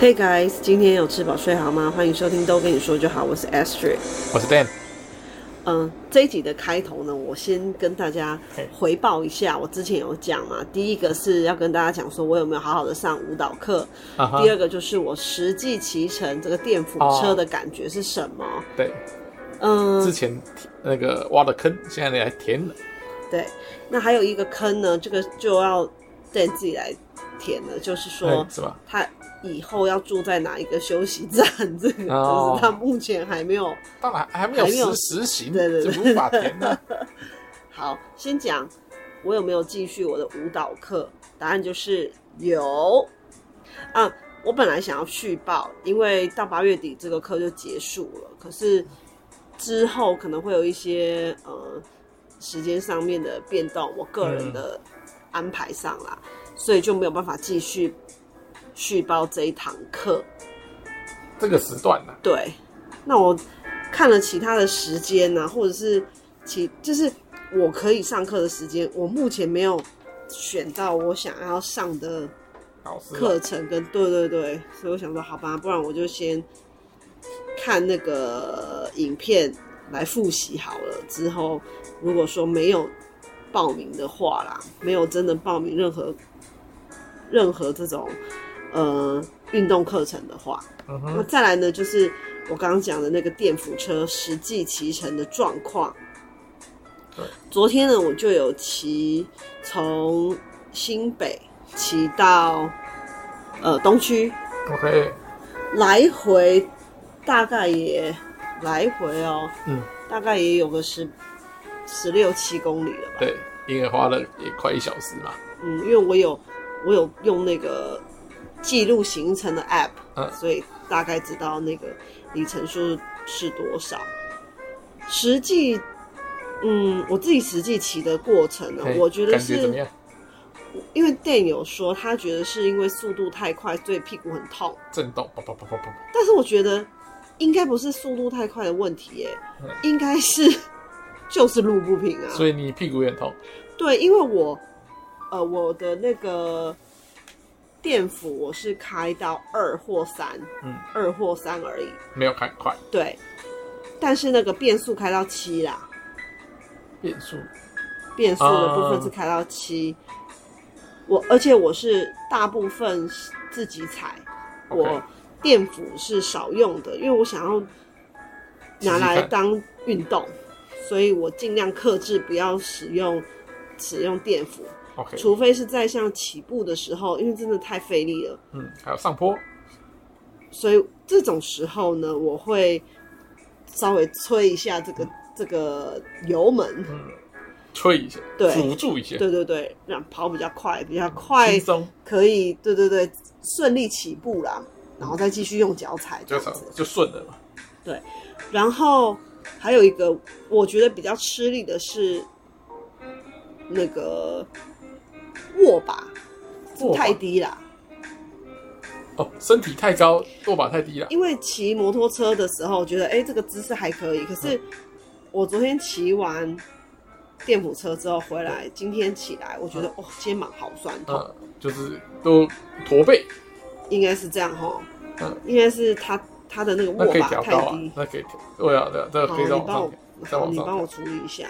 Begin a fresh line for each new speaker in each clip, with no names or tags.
Hey guys，今天有吃饱睡好吗？欢迎收听《都跟你说就好》，我是 Astrid。
我是 Dan，
嗯，这一集的开头呢，我先跟大家
嘿
回报一下，我之前有讲嘛，第一个是要跟大家讲说我有没有好好的上舞蹈课，
啊哈
第，二个就是我实际骑乘这个电扶车的感觉是什么。
对，
嗯，
之前那个挖的坑，现在你来填了，
对，那还有一个坑呢，这个就要 Dan 自己来填了，就是说
哎是吧？
他以后要住在哪一个休息站，这个就
哦
是他目前还没有。
当然还没有
还没有
实实行，
对对
这
对
无法填啊 的。
好，先讲我有没有继续我的舞蹈课，答案就是有。啊，我本来想要续报，因为到八月底这个课就结束了，可是之后可能会有一些呃时间上面的变动，我个人的安排上啦，所以就没有办法继续续报这一堂课。
这个时段啊呢，
对，那我看了其他的时间呢、或者是其就是我可以上课的时间，我目前没有选到我想要上的
老师啊
课程跟对对对，所以我想说好吧，不然我就先看那个影片来复习好了。之后如果说没有报名的话啦，没有真的报名任何任何这种呃运动课程的话，
嗯
那再来呢，就是我刚刚讲的那个电扶车实际骑乘的状况
对。
昨天呢，我就有骑从新北骑到呃东区，
，OK，
来回大概也来回哦，
嗯，
大概也有个十十六七公里了吧。
对，因为花了也快一小时嘛，
嗯，因为我有我有用那个记录行程的 app，、
嗯
所以大概知道那个里程数是多少。实际，嗯，我自己实际骑的过程呢
嘿，
我觉得
感觉怎么
是
样？
因为店友说他觉得是因为速度太快，所以屁股很痛。
震动，啪啪啪啪啪啪，
但是我觉得应该不是速度太快的问题、耶，
嗯
应该是 就是路不平啊。
所以你屁股也很痛，
对，因为我呃我的那个电辅我是开到二或三，
嗯，
二或三而已，
没有开快，
对。但是那个变速开到七啦，
变速，
变速的部分
啊
是开到七、我而且我是大部分是自己踩
OK
我电辅是少用的，因为我想要拿
试试
来
看
当运动，所以我尽量克制不要使用使用电辅。
，OK，
除非是在像起步的时候，因为真的太费力了，
嗯，还有上坡，
所以这种时候呢，我会稍微催一下这个这个油门，
嗯，吹一下，
对
辅助一下，
对对对，让跑比较快，比较快
嗯轻松，
可以，对对对，顺利起步啦，然后再继续用脚踩这
就
样子。
就顺了嘛，
然后还有一个我觉得比较吃力的是那个握把，是不是
握把
太低啦。
哦，身体太高，落把太低了，
因为骑摩托车的时候觉得，哎、这个姿势还可以。可
嗯
是我昨天骑完电扶车之后回来，今天起来，我觉得、哦，肩膀好酸痛，
嗯，就是都驼背，
应该是这样哈。
嗯
应该是他他的那个
那
握
可以
把
调
太
高啊
低，。
那可以调，对啊，对啊，这个
好，
可以
你
再往
帮
上
我
调，，再
好，
往
你
上
帮我
调。
处理一下。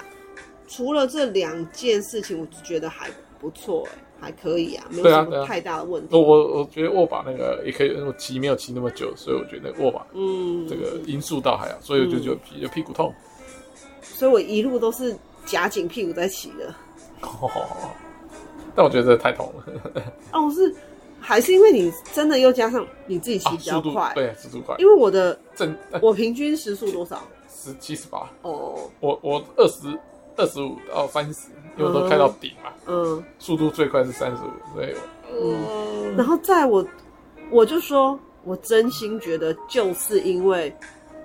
除了这两件事情，我就觉得还不错、哎，还可以啊，没有
对啊
什
对
么
啊
太大的问题。
我我我觉得握把那个也可以，因为我骑没有骑那么久，所以我觉得握把
嗯，
这个因素倒还好，所以我就觉得屁就屁股痛。
所以我一路都是夹紧屁股在骑的。
哦但我觉得这太痛了，啊
哦，是还是因为你真的又加上你自己骑
啊
比较
速度
快，
对速度快，
因为我的
正呃
我平均时速多少？
十七十八，
哦，
我我二十二十五到三十，因为我都开到顶嘛，
嗯，
速度最快是三十五，所以嗯我
然后在我我就说，我真心觉得就是因为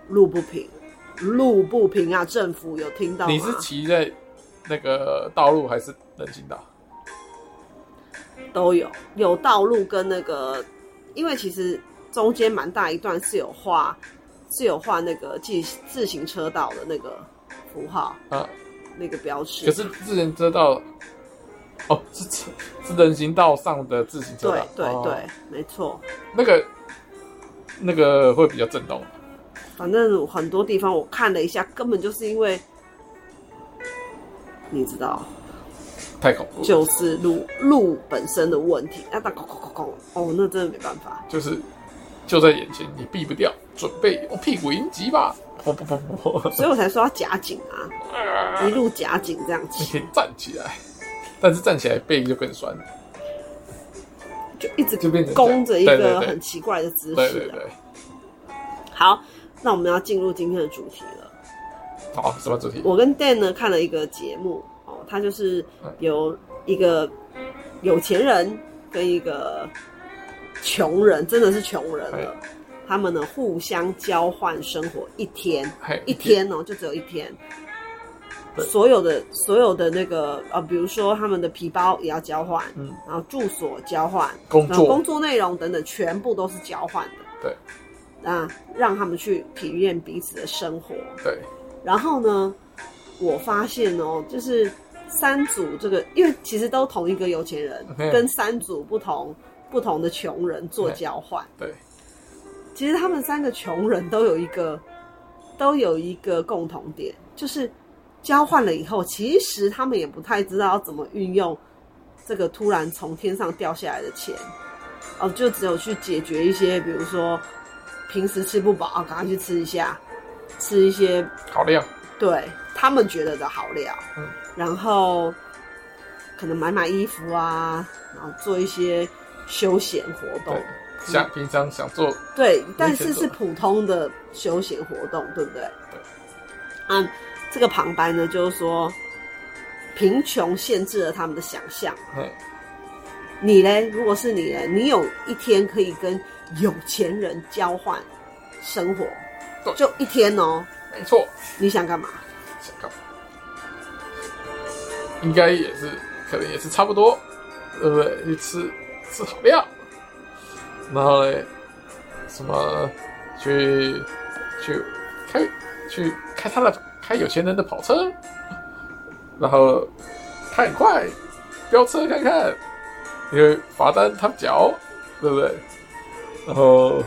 路不平，路不平啊！政府有听到吗？
你是骑在那个道路还是人行道？
都有有道路跟那个，因为其实中间蛮大一段是有画是有画那个自自行车道的那个符号
啊，
那个标志，
可是自行车道，哦，是是人行道上的自行车
对
道，
对
哦
对，没错。
那个那个会比较震动。
反正很多地方我看了一下，根本就是因为，你知道，
太恐怖了，
就是路路本身的问题。啊那哒哐哐哐哐，哦，那真的没办法。
就是就在眼前，你避不掉，准备用屁股迎击吧！不不不不不，
所以我才说要夹紧啊，一路夹紧这样
你
骑，
可以站起来，但是站起来背就更酸。
就一直
就变成这样
弓着一
对对
个
对
很奇怪的姿势、啊。
对对对，
好，那我们要进入今天的主题了。
好，什么主题？
我跟 Dan 呢看了一个节目哦，他就是由一个有钱人跟一个穷人，真的是穷人了，
哎
他们呢互相交换生活一天，
嘿
一，天哦，就只有一天。
对
所有的所有的那个呃，比如说他们的皮包也要交换，
嗯，
然后住所交换，
工
然后
作
嗯工作内容等等，全部都是交换的。
对，
啊，让他们去体验彼此的生活。
对，
然后呢，我发现哦，就是三组这个，因为其实都同一个有钱人，
嗯
跟三组不同不同的穷人做交换。
对，
其实他们三个穷人都有一个都有一个共同点，就是交换了以后，其实他们也不太知道要怎么运用这个突然从天上掉下来的钱，哦，就只有去解决一些，比如说平时吃不饱，啊赶快去吃一下，吃一些
好哦亮，
对他们觉得的好料，
嗯
然后可能买买衣服啊，然后做一些休闲活动
对，，想平常想做，
对，但
选
是
择
是普通的休闲活动，对不对？
对。
嗯，这个旁白呢，就是说，贫穷限制了他们的想象。
嘿，
你嘞，如果是你嘞，你有一天可以跟有钱人交换生活
对，
就一天哦，
没错，
你想干嘛？
想干嘛？应该也是，可能也是差不多，对不对？去吃吃好料，然后呢，什么去去开去开他的开有钱人的跑车，然后开很快，飙车看看，因为罚单他们缴，对不对？然后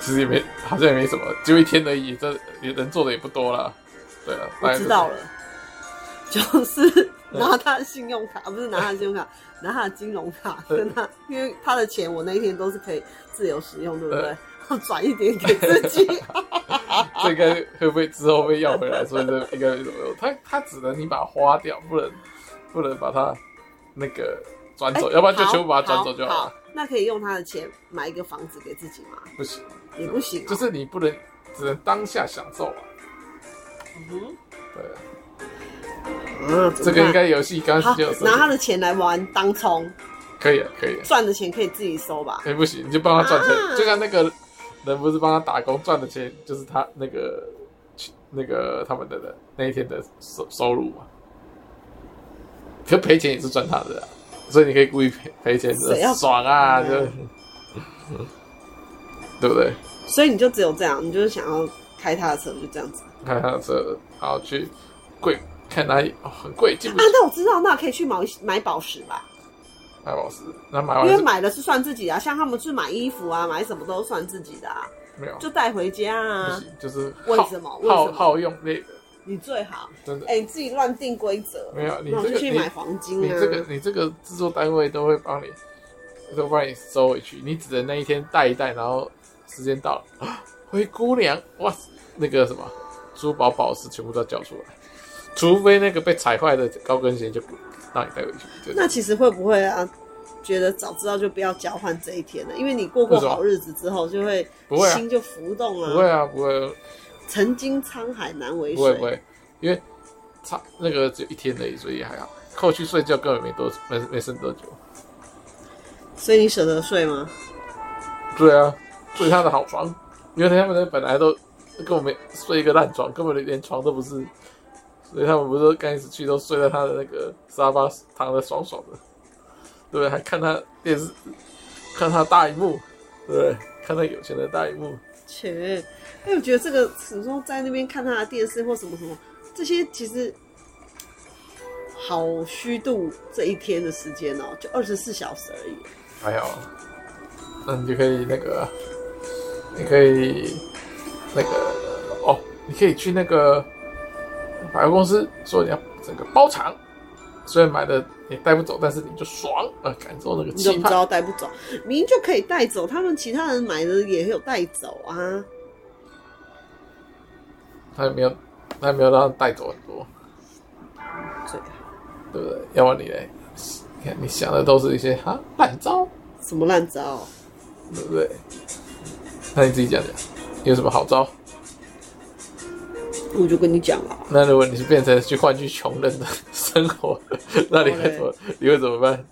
其实也没好像也没什么，就一天而已，这也能做的也不多了。对啊，大
我
概
知
是
道
这
了
样，
就是拿他的信用卡，不是拿他的信用卡，拿他的金融卡，
对
跟他，因为他的钱我那一天都是可以自由使用，对不对
对？
转一点给自己，
这应该会不会之后被要回来？所以这应该没什么用。他他只能你把它花掉，不能不能把它那个转 走，
哎
要不然就
好
全部把它转走就
好
好
好
了。
那可以用他的钱买一个房子给自己吗？
不行，
也不行啊，
就是你不能只能当下享受啊。
嗯哼
对啊，
啊，
这
这
个应该游戏刚开
好
始就有设计
拿他的钱来玩当冲，
可以啊，可以啊。
赚的钱可以自己收吧。
哎、不行，你就帮他赚钱，
啊
就像那个人不是帮他打工赚的钱，就是他那个那个他们的人那一天的收收入嘛。可赔钱也是赚他的、啊，所以你可以故意赔赔钱，
谁要
爽啊，就、对不对？
所以你就只有这样，你就是想要开他的车，就这样子。
看他这好去贵，看哪里、哦、很贵，进不
啊
去，
那我知道，那可以去买买宝石吧。
买宝石，那买完
因
是
为买的是算自己啊，像他们去买衣服啊，买什么都算自己的啊，
没有，
就带回家
不
啊。
行，就是
为
耗
什么为什
耗
么
耗用那个，
你最好，
真的
哎、你自己乱定规则，
没有你
那我
这
就
个
去
你
买黄金
你
啊。
这个你这个制作单位都会帮你，都帮你收回去，你只能那一天带一带，然后时间到了， 啊灰姑娘，哇塞，那个什么珠宝宝石全部都交出来，除非那个被踩坏的高跟鞋就不让你带回去，就这样
那其实会不会啊？觉得早知道就不要交换这一天了，因为你过过
为什么
好日子之后，就会
不会啊
心就浮动
不会
了。
啊，不会，
曾经沧海难为
不会，
水，
不会，因为差那个只有一天而已，所以还好，扣去睡觉根本没多没没剩多久，
所以你舍得睡吗？
对啊，睡他的好床，因为他们本来都跟我们睡一个烂床，根本连床都不是，所以他们不是刚开始去都睡在他的那个沙发，躺的爽爽的，对不对？还看他电视，看他大荧幕，对不对？看他有钱的大荧幕，
切，哎、我觉得这个始终在那边看他的电视或什么什么，这些其实好虚度这一天的时间哦、就二十四小时而已。
还好，那你就可以那个你可以那个哦，你可以去那个百货公司说你要整个包场，虽然买的也带不走，但是你就爽啊、呃感受那个
你怎么
气
知
派。
道带不走？明明就可以带走，他们其他人买的也有带走啊。
他也没有，他也没有让他带走很多，
最好
对不对？要不然你嘞，你看你想的都是一些哈烂招，
什么烂招？
对不对？那你自己讲讲，你有什么好招？
我就跟你讲了，啊
那如果你是变成去换去穷人的生活， 那你会怎么？你会怎么办？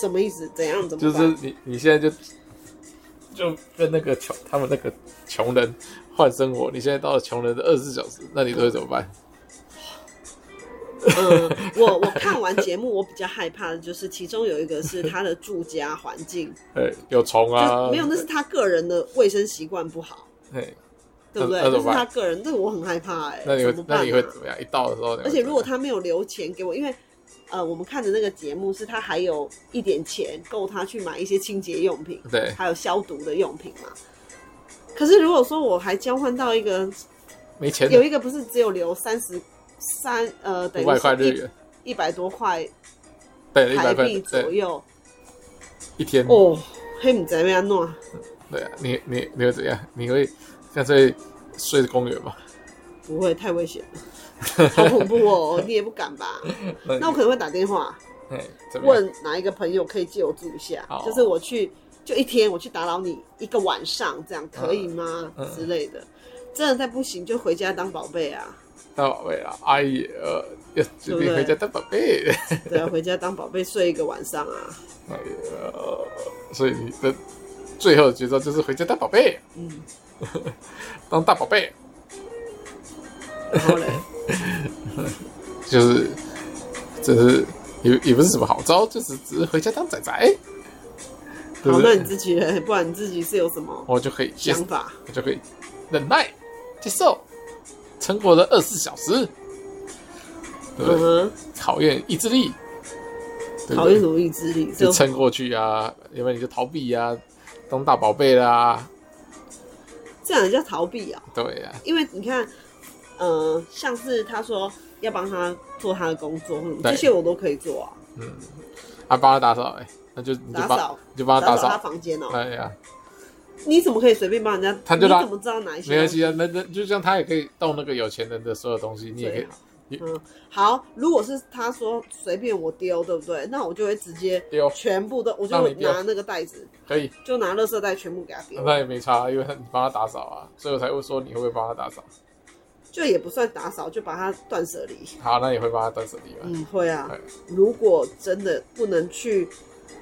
什么意思？怎样？怎么
就
办？
是你你现在就就跟那个穷他们那个穷人换生活，你现在到了穷人的二十四小时，那你都会怎么办？
嗯， 我我看完节目，我比较害怕的就是其中有一个是他的住家环境，
哎，有虫啊，
就没有，那是他个人的卫生习惯不好，
哎，
对不对？
那
这
那怎
是
么办
他个人，这个我很害怕哎、
那你会
怎么办、啊？
那你会怎么样？一到的时候你会怎么样，
而且如果他没有留钱给我，因为呃，我们看的那个节目是他还有一点钱够他去买一些清洁用品，
对
还有消毒的用品嘛。可是如果说我还交换到一个
没钱
有一个不是只有留三十三呃等
五百块
于
日
是
元，
一一百多块
对，一
台
百块
币左
对
右
一天
哦，黑姆在那边弄，
对啊，你你你会怎样？你会干脆睡公园吗？
不会太危险 了，好恐怖 哦，你也不敢吧？
那
那我可能会打电话
哎怎么样？
问哪一个朋友可以借我住一下，
哦
就是我去就一天，我去打扰你一个晚上，这样可以吗？
嗯
之类的。真的再不行就回家当宝贝 啊，
大宝贝啊，阿姨呃要准备
对不对
回家当宝贝。
对啊，回家当宝贝睡一个晚上啊，
哎呀，所以你的最后的绝招就是回家当宝贝，
嗯，
当大宝贝，
然后嘞，
就是，就是也也不是什么好招，就是只是回家当仔仔， 对
好，那
不对
你？自己嘞，不然你自己是有什么
我就可以接
想，法？
我就可以忍耐、接受、撑过了二十四小时，对不
嗯
对？
哼，
考验意志力，对不对
考验什么意志力？
就
就
撑过去啊，要不然你就逃避呀、啊，当大宝贝啦，
这样也叫逃避啊。
对呀、
因为你看，呃，像是他说要帮他做他的工作，或者
对
这些我都可以做啊，
嗯，啊，帮他打扫，哎、那就你就
打
帮
扫，
你就帮他
打
打
扫他
扫，
房间哦、
哎呀，
你怎么可以随便帮人家？
他就
你
让
怎么知道哪一些？
没关。系啊，那那就像他也可以动那个有钱人的所有东西，你也可以
最好嗯，好，如果是他说随便我丢，对不对？那我就会直接
丢，
全部都，我就
让你丢嗯
拿那个袋子，
可以，
就拿垃圾袋全部给他丢，
那也没差，啊因为你帮他打扫啊，所以我才会说你会不会帮他打扫。
就也不算打扫，就把它断舍离。
好，那你会帮他断舍离吗？
嗯，会啊
哎。
如果真的不能去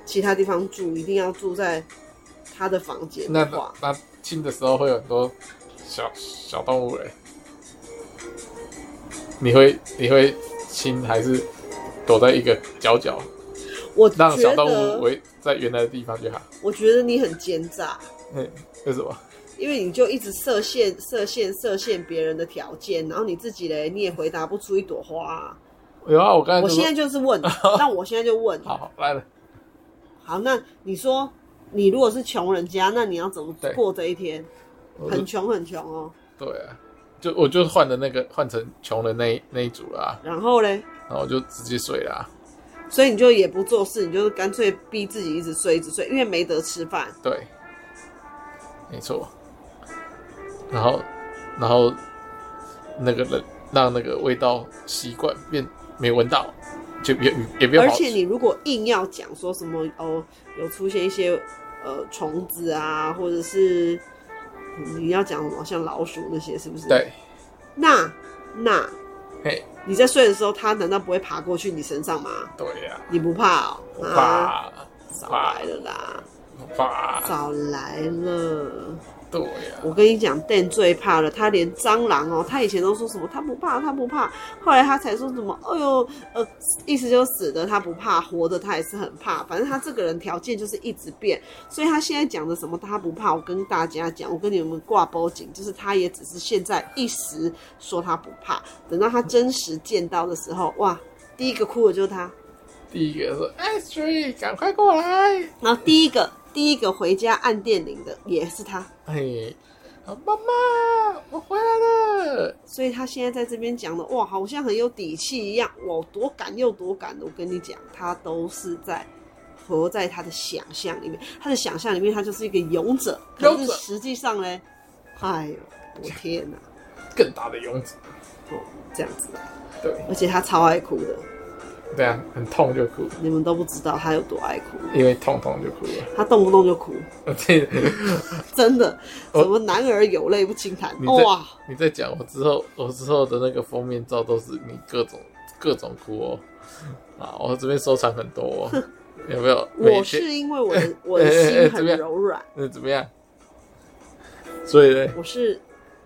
其他地方住，一定要住在他的房间
那
的话，
那亲的时候会有很多小小动物嘞，你会你会亲还是躲在一个角角，
我
让小
觉
动物
得，
围在原来的地方就好？
我觉得你很奸诈，
嗯，为什么？
因为你就一直设限、设限、设限别人的条件，然后你自己嘞，你也回答不出一朵花啊、
有啊，我刚才
我
就
现
说
在就是问，那我现在就问，
好来了，
好，那你说，你如果是穷人家，那你要怎么
对
过这一天？
我就
很穷很穷哦，
对啊，就我就换了那个换成穷人那一那一组啦、
然后嘞，
然后我就直接睡啊啦、
所以你就也不做事，你就干脆逼自己一直睡一直睡，因为没得吃饭。
对，没错。然后，然后那个人让那个味道习惯变没闻到，就也也没有
而
好
且你如果硬要讲说什么哦，有出现一些呃虫子啊，或者是嗯你要讲什么像老鼠那些，是不是？。
对，
那那
嘿，
你在睡的时候，它难道不会爬过去你身上吗？
对呀、
你不怕哦？
我
啊，
怕，
少来了啦，
我怕，
少来了。
对呀、
我跟你讲，Dan 最怕了，他连蟑螂哦，他以前都说什么他不怕，他不怕，后来他才说什么，哎呦，呃，意思就是死的他不怕，活的他也是很怕，反正他这个人条件就是一直变，所以他现在讲的什么他不怕，我跟大家讲，我跟你们挂包警，就是他也只是现在一时说他不怕，等到他真实见到的时候，哇，第一个哭的就是他，
第一个说，哎，所以赶快过来，
然后第一个第一个回家按电铃的也是他，
哎，啊妈妈，我回来了。
所以他现在在这边讲的，哇，好像很有底气一样，我多敢又多敢的。我跟你讲，他都是在活在他的想象里面，他的想象里面他就是一个勇者，可
勇
是
者
实际上呢，哎呦，我天哪、
更大的勇者，
哦，这样子，
对
而且他超爱哭的，
对啊，很痛就哭，
你们都不知道他有多爱哭，
因为痛痛就哭了。
他动不动就哭，
我这
真的，
哦
什么男儿有泪不轻弹，
你在
哇，
你在讲我之后，我之后的那个封面照都是你各种各种哭哦。啊，我这边收藏很多、 哦，有没有？每
我
天
是因为我 的我的
哎哎哎
心
怎
很
么样
柔软。
那怎么样？所以呢，
我是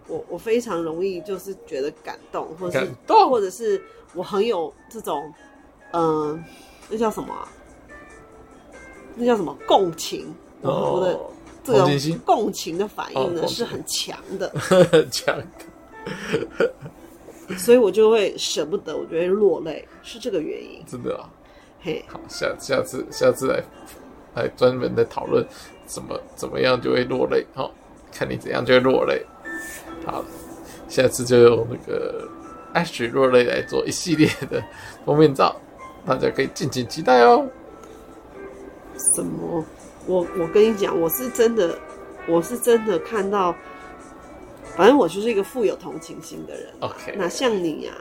我我非常容易就是觉得感动，或者是
感动
或者是我很有这种，嗯、那叫什么啊、那叫什么共情？我我的
哦，
这
同情
种
心
共情的反应
哦
呢、
共情
是很强的，
讲的
所以我就会舍不得，我就会落泪，是这个原因。
真的啊、
嘿，
好，下下次下次来来专门的讨论怎么怎么样就会落泪，好、看你怎样就会落泪。好，下次就用那个 Ash 落泪来做一系列的封面照，大家可以敬请期待哦。
什么？我我跟你讲，我是真的，我是真的看到，反正我就是一个富有同情心的人。
OK
哪像你啊呀、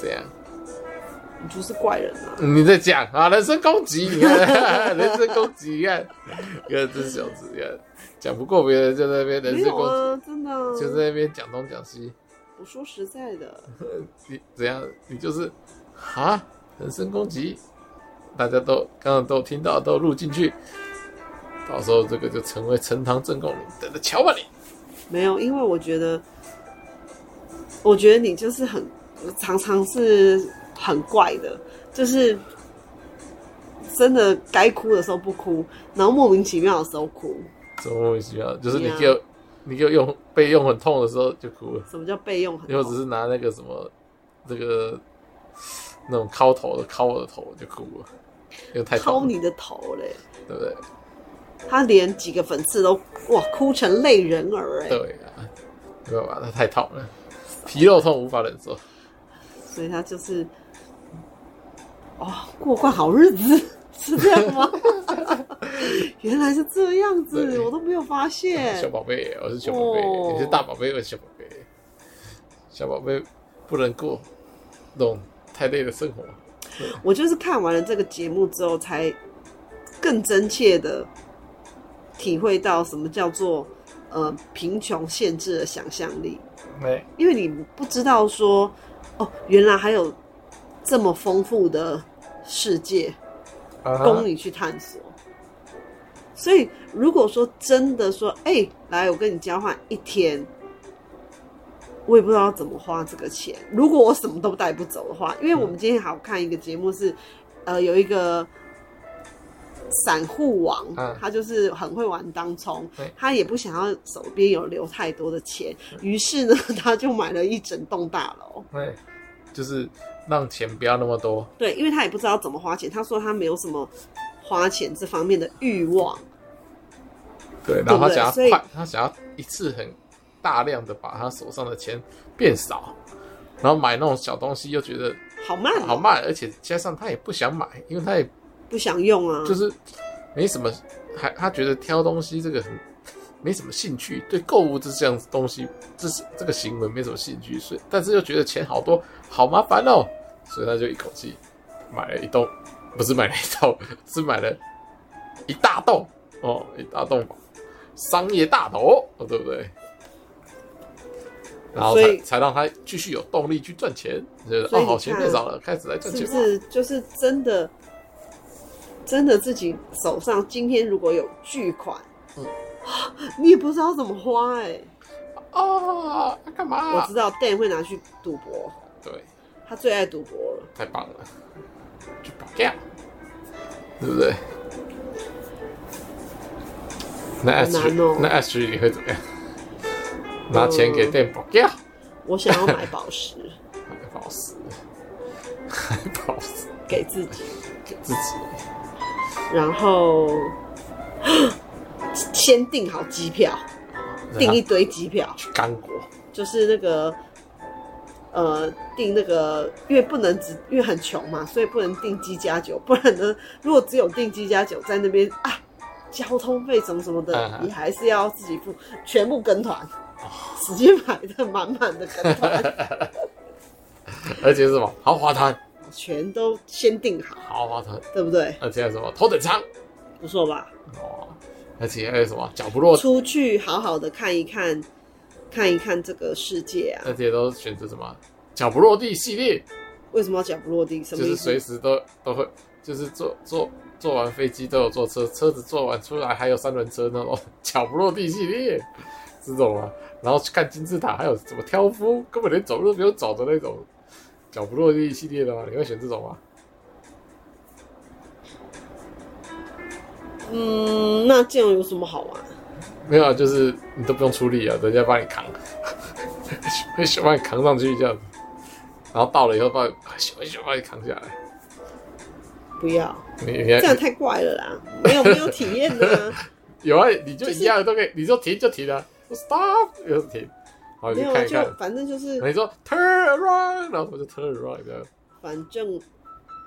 这样，
你就是怪人啊！
你在讲啊，人身攻击，你看 人身攻击，你看，你看这小子，你看讲不过别人就在那边人
没
身
有
攻击，
啊，真的啊、
就在那边讲东讲西。
我说实在的，
你怎样？你就是啊，人身攻击，大家都刚刚都听到，都录进去，到时候这个就成为呈堂证供，你等着瞧吧你。
没有，因为我觉得，我觉得你就是很常常是很怪的，就是真的该哭的时候不哭，然后莫名其妙的时候哭。
什么莫名其妙？就是你
对啊
给我，你给我用被用很痛的时候就哭了，
什么叫备用很
因为我只
痛？
是拿那个什么这个那种敲头的敲我的头就哭了，因为太
掏
痛了，
你的头嘞！
对不对？
他连几个粉刺都哇哭成泪人儿哎、
对啊，没有办法，那太痛了，皮肉痛无法忍受。
所以他就是哦过惯好日子 是这样吗？ 原来是这样子，
对
我都没有发
小
现。
宝贝，我是小宝贝，
哦
你是大宝贝，我是小宝贝。小宝贝不能过那种太累的生活，
我就是看完了这个节目之后，才更真切的体会到什么叫做呃贫穷限制了想象力，
没
因为你不知道说哦，原来还有这么丰富的世界。
啊
供你去探索。所以，如果说真的说，哎、来，我跟你交换一天，我也不知道怎么花这个钱。如果我什么都带不走的话，因为我们今天好看一个节目是，呃，有一个散户王，
嗯
他就是很会玩当冲
对，
他也不想要手边有留太多的钱，于是呢， 他就买了一整栋大楼。
对，就是让钱不要那么多，
对，因为他也不知道怎么花钱，他说他没有什么花钱这方面的欲望。
对，然后他
对
想
所以
要快，他想要一次很大量的把他手上的钱变少，然后买那种小东西又觉得
好慢、哦
好，慢，而且加上他也不想买，因为他也
不想用啊。
就是没什么，还他觉得挑东西这个很没什么兴趣，对购物这这样子东西，这是这个行为没什么兴趣，所以但是又觉得钱好多，好麻烦哦，所以他就一口气买了一栋，不是买了一栋，是买了一大栋哦，一大栋商业大楼，哦，对不对？然后
所
才
以
才让他继续有动力去赚钱，就是
所以
哦，
你
好钱
看
变少了，开始来赚
是
钱
不
吧。
是就是真的，真的自己手上今天如果有巨款，
嗯
你也不知道怎么花哎、
哦，干嘛、
我知道 Dan 会拿去赌博，
对。
他最爱赌博了。
太棒了，就绑架，对不对？那
好
S
难哦嗯
那 S 你会怎么样？拿钱给店绑架，
我想要买宝石
还宝石，还宝石
给自己，
给自己，
然后 先订好机票，
啊
订一堆机票，
去干国，
就是那个呃订那个，因为不能只因为很穷嘛，所以不能订机加酒，不然呢，如果只有订机加酒在那边啊，交通费什么什么的，
嗯嗯
你还是要自己付，全部跟团，直接买的满满的跟团，
而且是什么豪华团，
全都先订好，
豪华团，
对不对？
而且还有什么头等舱，
不错吧？
哦，而且还有什么脚不落地，
出去好好的看一看，看一看这个世界啊！
而且都选择什么脚不落地系列，
为什么要脚不落地？什
就
么
是
意思？
随时都都会，就是坐坐坐完飞机都有坐车，车子坐完出来还有三轮车那种脚不落地系列，这种啊，然后去看金字塔，还有什么挑夫，根本连走路都不用走的那种脚不落地系列的吗？你会选这种吗？
嗯，那这样有什么好玩？
没有啊，就是你都不用出力啊，人家帮你扛，会手帮你扛上去这样子，然后到了以后帮你咻咻把你扛下来，
不要，
你你
这样
还
太怪了啦！没有没有体 验啊呢、
有啊，你就
就是
一样的都可以，你就停就停啊说，stop 就停，好你
没有
就
啊
看一
就
看，哎
反正就是
然后，你说 turn around，然后我就 turn around 这样，
反正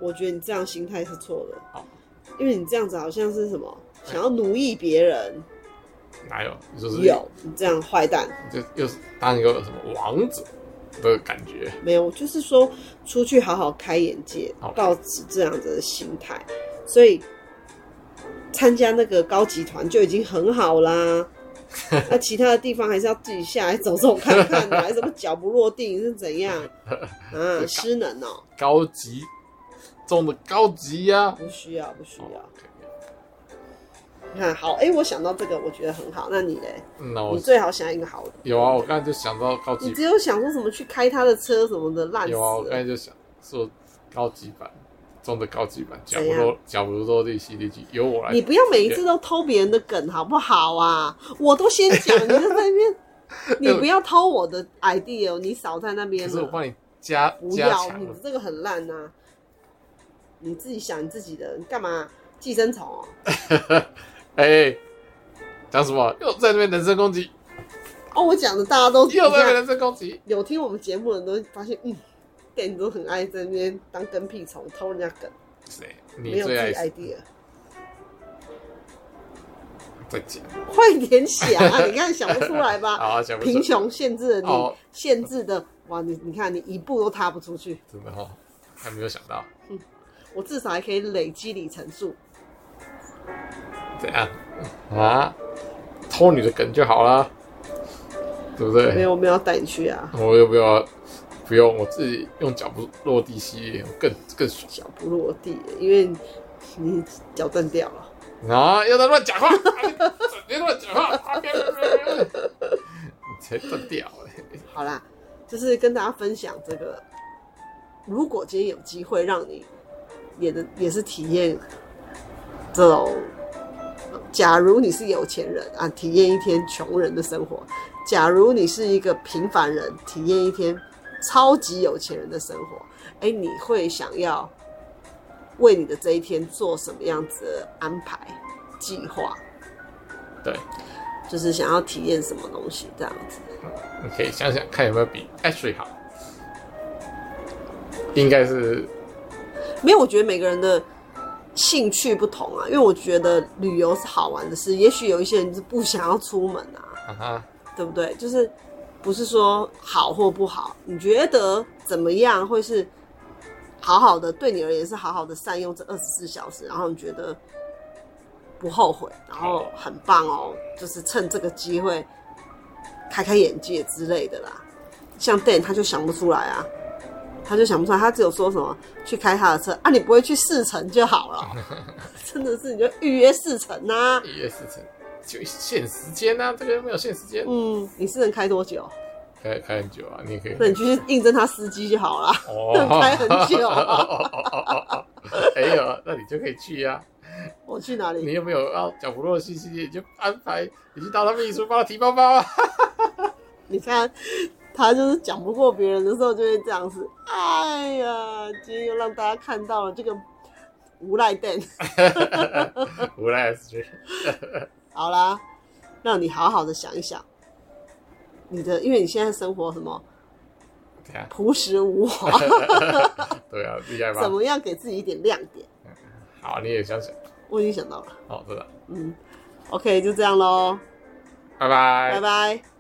我觉得你这样心态是错的。
好
因为你这样子好像是什么，想要奴役别人，
哪有？就是
有你这样坏蛋
就又是当一个什么王子的感觉，
没有？我就是说出去好好开眼界
好，
保持这样子的心态，所以参加那个高级团就已经很好 啦。那其他的地方还是要自己下来走走看看啊的，还什么脚不落地你是怎 样啊？失能哦、
高级中的高级呀、
不需要，不需要
哦。可以
你看，好，哎、我想到这个，我觉得很好。那你嘞？
嗯那我
你最好想一个好的。
有啊，我刚才就想到高级
你只有想说什么去开他的车什么的，烂死
有啊，我刚
了。
才就想说高级版中的高级版，假
怎
如
样
说假如说这系列剧由我来
你，不要每一次都偷别人的梗好不好 啊？我都先讲，你就在那边，你不要偷我的 idea，哦你少在那
可
边
是我
了。
帮你加
不
加
要，
强
你
了，
这个很烂呐、你自己想你自己的，你干嘛？寄生虫哦、
哎，讲什么？又在那边人身攻击，
哦，我讲的大家 都
又在那边人身攻击，
有听我们节目的人都会发现，嗯，店你都很爱在那边当跟屁虫，偷人家梗，
谁？
没
你
有自
最
己
爱
idea。
再讲
快点想啊！你看想不出来
好
吧？
啊，讲不出
贫，穷限制了你，
哦
限制的哇！你你看，你一步都踏不出去。
真的哈，还没有想到
我至少还可以累积里程数，
怎样啊？偷你的梗就好啦，对不对？
没有，我没有要带你去啊，
我又不要，不用我自己用脚不落地系列，我更更爽
脚不落地，因为你你脚断掉了。
啊！又在乱讲话，啊别乱讲话，啊别别别别别你才断掉嘞！
好啦，就是跟大家分享这个，如果今天有机会让你也能也是体验这种，呃假如你是有钱人啊，体验一天穷人的生活；假如你是一个平凡人，体验一天超级有钱人的生活。哎、你会想要为你的这一天做什么样子的安排、计划？
对，
就是想要体验什么东西这样子。
你可以想想看有没有比 Ashley 好，应该是
没有，我觉得每个人的兴趣不同啊，因为我觉得旅游是好玩的事，也许有一些人是不想要出门啊，
啊哈，
对不对？就是不是说好或不好，你觉得怎么样会是好好的？对你而言是好好的善用这二十四小时，然后你觉得不后悔，然后很棒哦，就是趁这个机会开开眼界之类的啦。像 Dan 他就想不出来啊，他就想不出来，他只有说什么去开他的车啊，你不会去试乘就好了， 真的是你就预约试乘呐、啊。
一月四成，就限时间啊，这个又没有限时间，
嗯，你是能开多久？
开开很久啊，你也可以
那你就去应征他司机就好啦。
哦
开很久
啊， 哎呦，那你就可以去呀、啊。
我去哪
你
里？
有没有要讲不落的信息？你就安排你去当他秘书，帮他提包包啊。
你看，他就是讲不过别人的时候就会这样子。哎呀，今天又让大家看到了这个无赖蛋。
无赖是
好啦，让你好好的想一想，你的，因为你现在生活什么
对啊，
朴实无华，
对啊，厉害吧
怎？么样给自己一点亮点？
好，你也想想，
我已经想到了，
好，真的，
嗯，OK，就这样喽，
拜拜
拜拜。